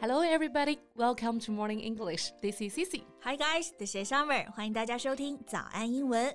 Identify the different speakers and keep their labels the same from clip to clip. Speaker 1: Hello, everybody. Welcome to Morning English. This is Cici.
Speaker 2: Hi guys, this is Summer，欢迎大家收听早安英文。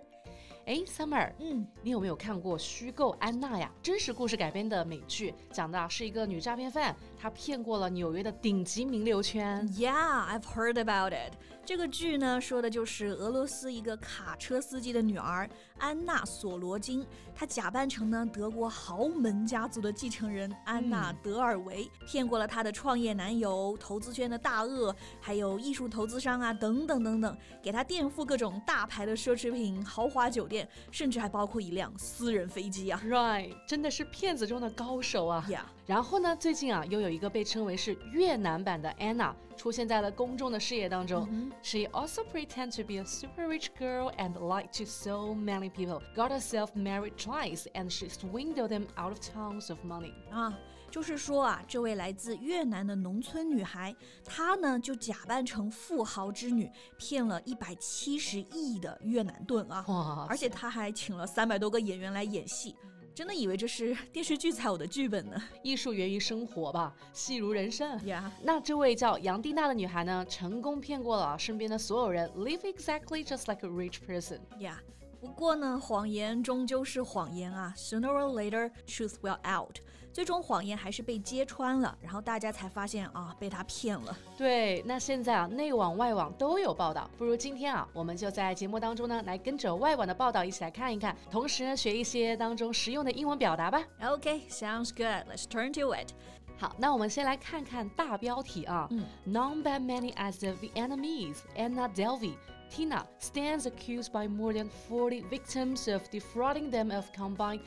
Speaker 1: 哎，Summer，
Speaker 2: 嗯，
Speaker 1: 你有没有看过《虚构安娜》呀？真实故事改编的美剧，讲的啊是一个女诈骗犯，她骗过了纽约的顶级名流圈。
Speaker 2: Yeah, I've heard about it。这个剧呢，说的就是俄罗斯一个卡车司机的女儿安娜·索罗金，她假扮成呢德国豪门家族的继承人安娜·德尔维，骗过了她的创业男友、投资圈的大鳄，还有艺术投资商啊等等等等，给她垫付各种大牌的奢侈品、豪华酒店，甚至还包括一辆私人飞机 啊。
Speaker 1: Right，真的是骗子中的高手啊！
Speaker 2: Yeah。
Speaker 1: 然后呢，最近啊，又有一个被称为是越南版的 Anna 出现在了公众的视野当中。She also pretend to be a super rich girl and lied to so many people, got herself married twice, and she swindled them out of tons of money.
Speaker 2: 啊，就是说啊，这位来自越南的农村女孩，她呢就假扮成富豪之女，骗了一百七十亿的越南盾 啊！
Speaker 1: 哇
Speaker 2: 而且她还请了三百多个演员来演戏，真的以为这是 电视剧才有的剧本呢
Speaker 1: 艺术源于生活吧，戏如人生。
Speaker 2: 呀
Speaker 1: 那这位叫杨蒂娜的女孩呢，成功骗过了身边的所有人，live exactly just like a rich person。
Speaker 2: 呀！不过呢，谎言终究是谎言啊，sooner or later truth will out。最终谎言还是被揭穿了，然后大家才发现啊，被她骗 了。
Speaker 1: 对，那现在啊，内网外网都有报道，不如今天啊，我们就在节目当中呢，来跟着外网的报道一起来看一看，同时呢，学一些当中实用的英文表达吧。
Speaker 2: OK，sounds、good. Let's turn to it.
Speaker 1: 好，那我们先来看看大标题啊。Known by many as the Vietnamese Anna Delvey, Tina stands accused by more than 40 victims of defrauding them of combined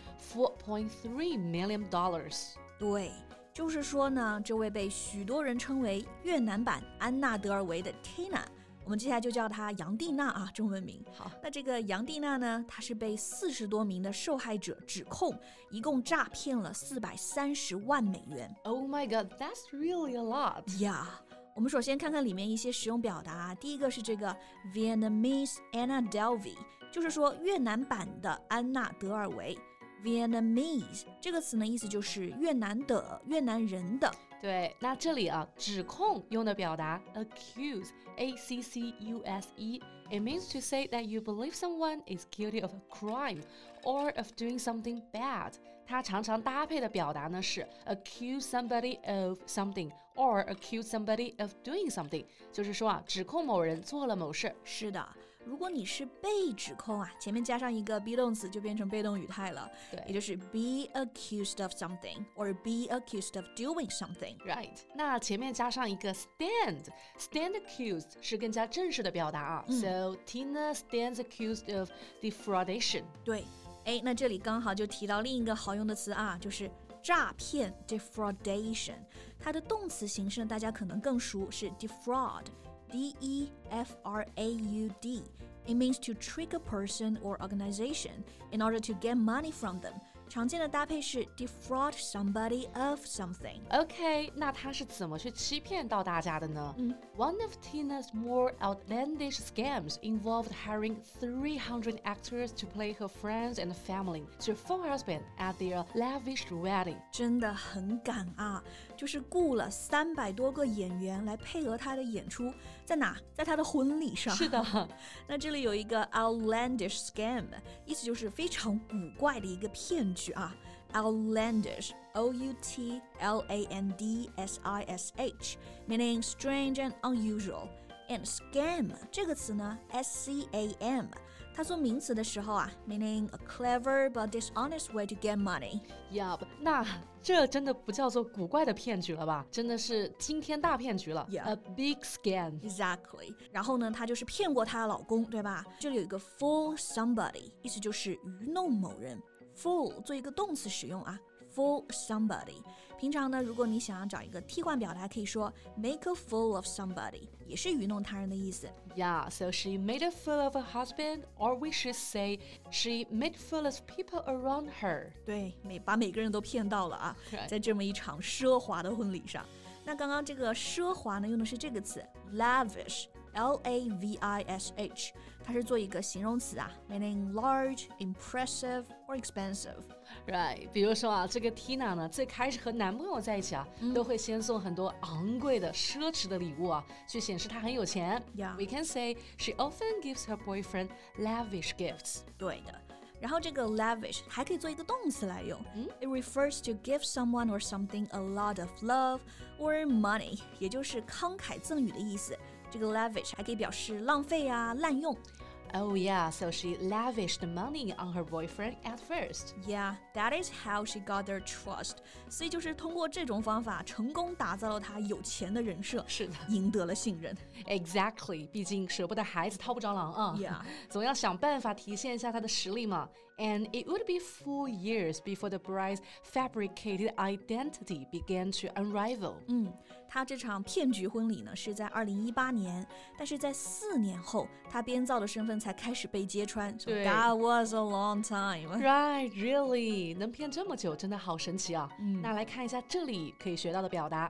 Speaker 1: 4.3 million dollars.
Speaker 2: 对，就是说呢，这位被许多人称为越南版安娜德尔维的 Tina，我们接下来就叫她杨蒂娜啊，中文名。
Speaker 1: 好，
Speaker 2: 那这个杨蒂娜呢，她是被四十多名的受害者指控，一共诈骗了四百三十万美元
Speaker 1: Oh my god, that's really a lot.
Speaker 2: 呀。我们首先看看里面一些实用表达啊，第一个是这个 Vietnamese Anna Delvey，就是说越南版的安娜德尔维。Vietnamese 这个词呢，意思就是越南的、越南人的。
Speaker 1: 对，那这里啊，指控用的表达 accuse, a c c u s e, it means to say that you believe someone is guilty of a crime or of doing something bad. 它常常搭配的表达呢是 accuse somebody of something or accuse somebody of doing something，就是说啊，指控某人做了某事。
Speaker 2: 是的，如果你是被指控啊，前面加上一个 be 动词就变成被动语态了，
Speaker 1: 对
Speaker 2: 也就是 be accused of something or be accused of doing something。
Speaker 1: Right，那前面加上一个 stand，stand accused 是更加正式的表达啊。So Tina stands accused of defraudation.
Speaker 2: 对，哎，那这里刚好就提到另一个好用的词啊，就是诈骗 defraudation，它的动词形式呢大家可能更熟是 defraud，d e f r a u d。It means to trick a person or organization in order to get money from them。常见的搭配是 defraud somebody of something。
Speaker 1: OK，那他是怎么去欺骗到大家的呢、o n e of Tina's more outlandish scams involved hiring 300 actors to play her friends and family to full husband at their lavish wedding。
Speaker 2: 真的很敢啊！就是雇了三百多个演员来配合他的演出，在哪？在他的婚礼上。
Speaker 1: 是的，
Speaker 2: 那这里有一个 outlandish scam，意思就是非常古怪的一个骗局啊。outlandish，o u t l a n d s i s h，meaning strange and unusual。and scam 这个词呢，s c a m，它做名词的时候啊，meaning a clever but dishonest way to get money。
Speaker 1: Yup，那这真的不叫做古怪的骗局了吧？真的是惊天大骗局了
Speaker 2: Yeah
Speaker 1: a big scam。
Speaker 2: Exactly，然后呢，她就是骗过她的老公，对吧？这里有一个 fool somebody，意思就是愚弄某人。fool 做一个动词使用啊，fool somebody。平常呢，如果你想要找一个替换表达，可以说 make a fool of somebody，也是愚弄他人的意思。
Speaker 1: Yeah, so she made a fool of her husband, or we should say, she made fool of people around her.
Speaker 2: 对，每把每个人都骗到了啊
Speaker 1: Right，
Speaker 2: 在这么一场奢华的婚礼上。那刚刚这个奢华呢，用的是这个词 lavish。 L A V I S H，它是做一个形容词啊，meaning large, impressive or expensive。
Speaker 1: Right，比如说啊，这个 Tina 呢，最开始和男朋友在一起啊，都会先送很多昂贵的、奢侈的礼物啊，去显示她很有钱。
Speaker 2: Yeah.
Speaker 1: We can say she often gives her boyfriend lavish gifts.
Speaker 2: 对的。然后这个 lavish 还可以做一个动词来用、i t refers to give someone or something a lot of love or money，也就是慷慨赠予的意思。这个 lavish 还可以表示浪费啊、滥用。
Speaker 1: Oh yeah, so she lavished money on her boyfriend at first.
Speaker 2: Yeah, that is how she got their trust。所以就是通过这种方法，成功打造了她有钱的人设，
Speaker 1: 是的
Speaker 2: 赢得了信任。
Speaker 1: Exactly，毕竟舍不得孩子套不着狼啊
Speaker 2: Yeah.
Speaker 1: 总要想办法体现一下他的实力嘛。And it would be four years before the bride's fabricated identity began to unravel.
Speaker 2: 嗯，她这场骗局婚礼呢是在二零一八年，但是在四年后，她编造的身份才开始被揭穿。So
Speaker 1: 对
Speaker 2: that was a long time。
Speaker 1: Right, really，能骗这么久，真的好神奇啊！那来看一下这里可以学到的表达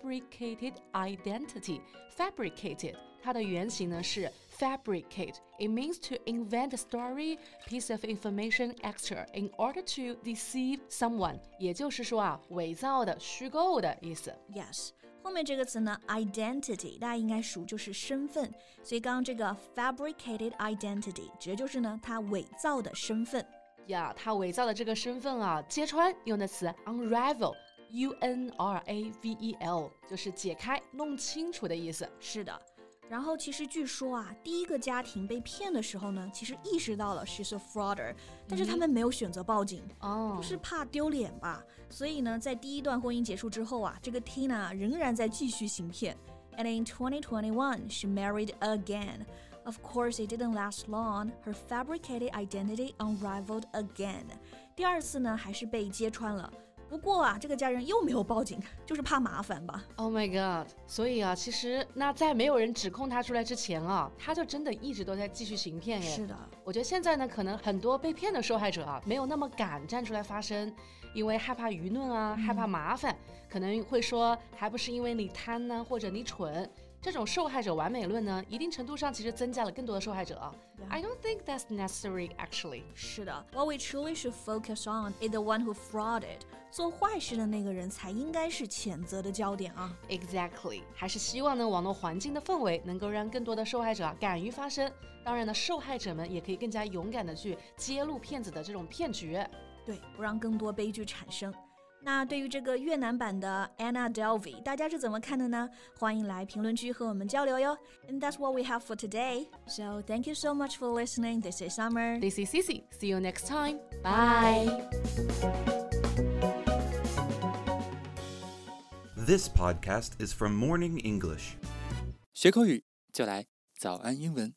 Speaker 1: ：fabricated identity。fabricated 它的原型呢是 fabricate。It means to invent a story, piece of information, extra in order to deceive someone。也就是说啊，伪造的、虚构的意思。
Speaker 2: Yes，后面这个词呢，identity，大家应该熟，就是身份。所以刚刚这个 fabricated identity 指的就是呢，他伪造的身份。
Speaker 1: 呀，他伪造的这个身份啊，揭穿用的词 unravel。U N R A V E L 就是解开、弄清楚的意思。
Speaker 2: 是的。然后其实据说啊，第一个家庭被骗的时候呢，其实意识到了 she's a frauder，但是他们没有选择报警，
Speaker 1: 哦
Speaker 2: 就是怕丢脸吧。所以呢，在第一段婚姻结束之后啊，这个 Tina 仍然在继续行骗。And in 2021, she married again. Of course, it didn't last long. Her fabricated identity unraveled again. 第二次呢，还是被揭穿了。不过啊，这个家人又没有报警，就是怕麻烦吧。
Speaker 1: Oh my god！所以啊，其实那在没有人指控他出来之前啊，他就真的一直都在继续行骗耶。
Speaker 2: 是的，
Speaker 1: 我觉得现在呢，可能很多被骗的受害者啊，没有那么敢站出来发声，因为害怕舆论啊，害怕麻烦，可能会说还不是因为你贪呢、或者你蠢。这种受害者完美论呢，一定程度上其实增加了更多的受害者啊。I don't think that's necessary actually.
Speaker 2: 是的，What we truly should focus on is the one who frauded，做坏事的那个人才应该是谴责的焦点啊。
Speaker 1: Exactly，还是希望呢，网络环境的氛围能够让更多的受害者啊敢于发声。当然呢，受害者们也可以更加勇敢的去揭露骗子的这种骗局。
Speaker 2: 对，不让更多悲剧产生。那对于这个越南版的 Anna Delvey，大家是怎么看的呢？欢迎来评论区和我们交流哟。And that's what we have for today. So thank you so much for listening. This is Summer.
Speaker 1: This is Cici. See you next time.
Speaker 2: Bye.
Speaker 3: This podcast is from Morning English.
Speaker 4: 学口语就来早安英文。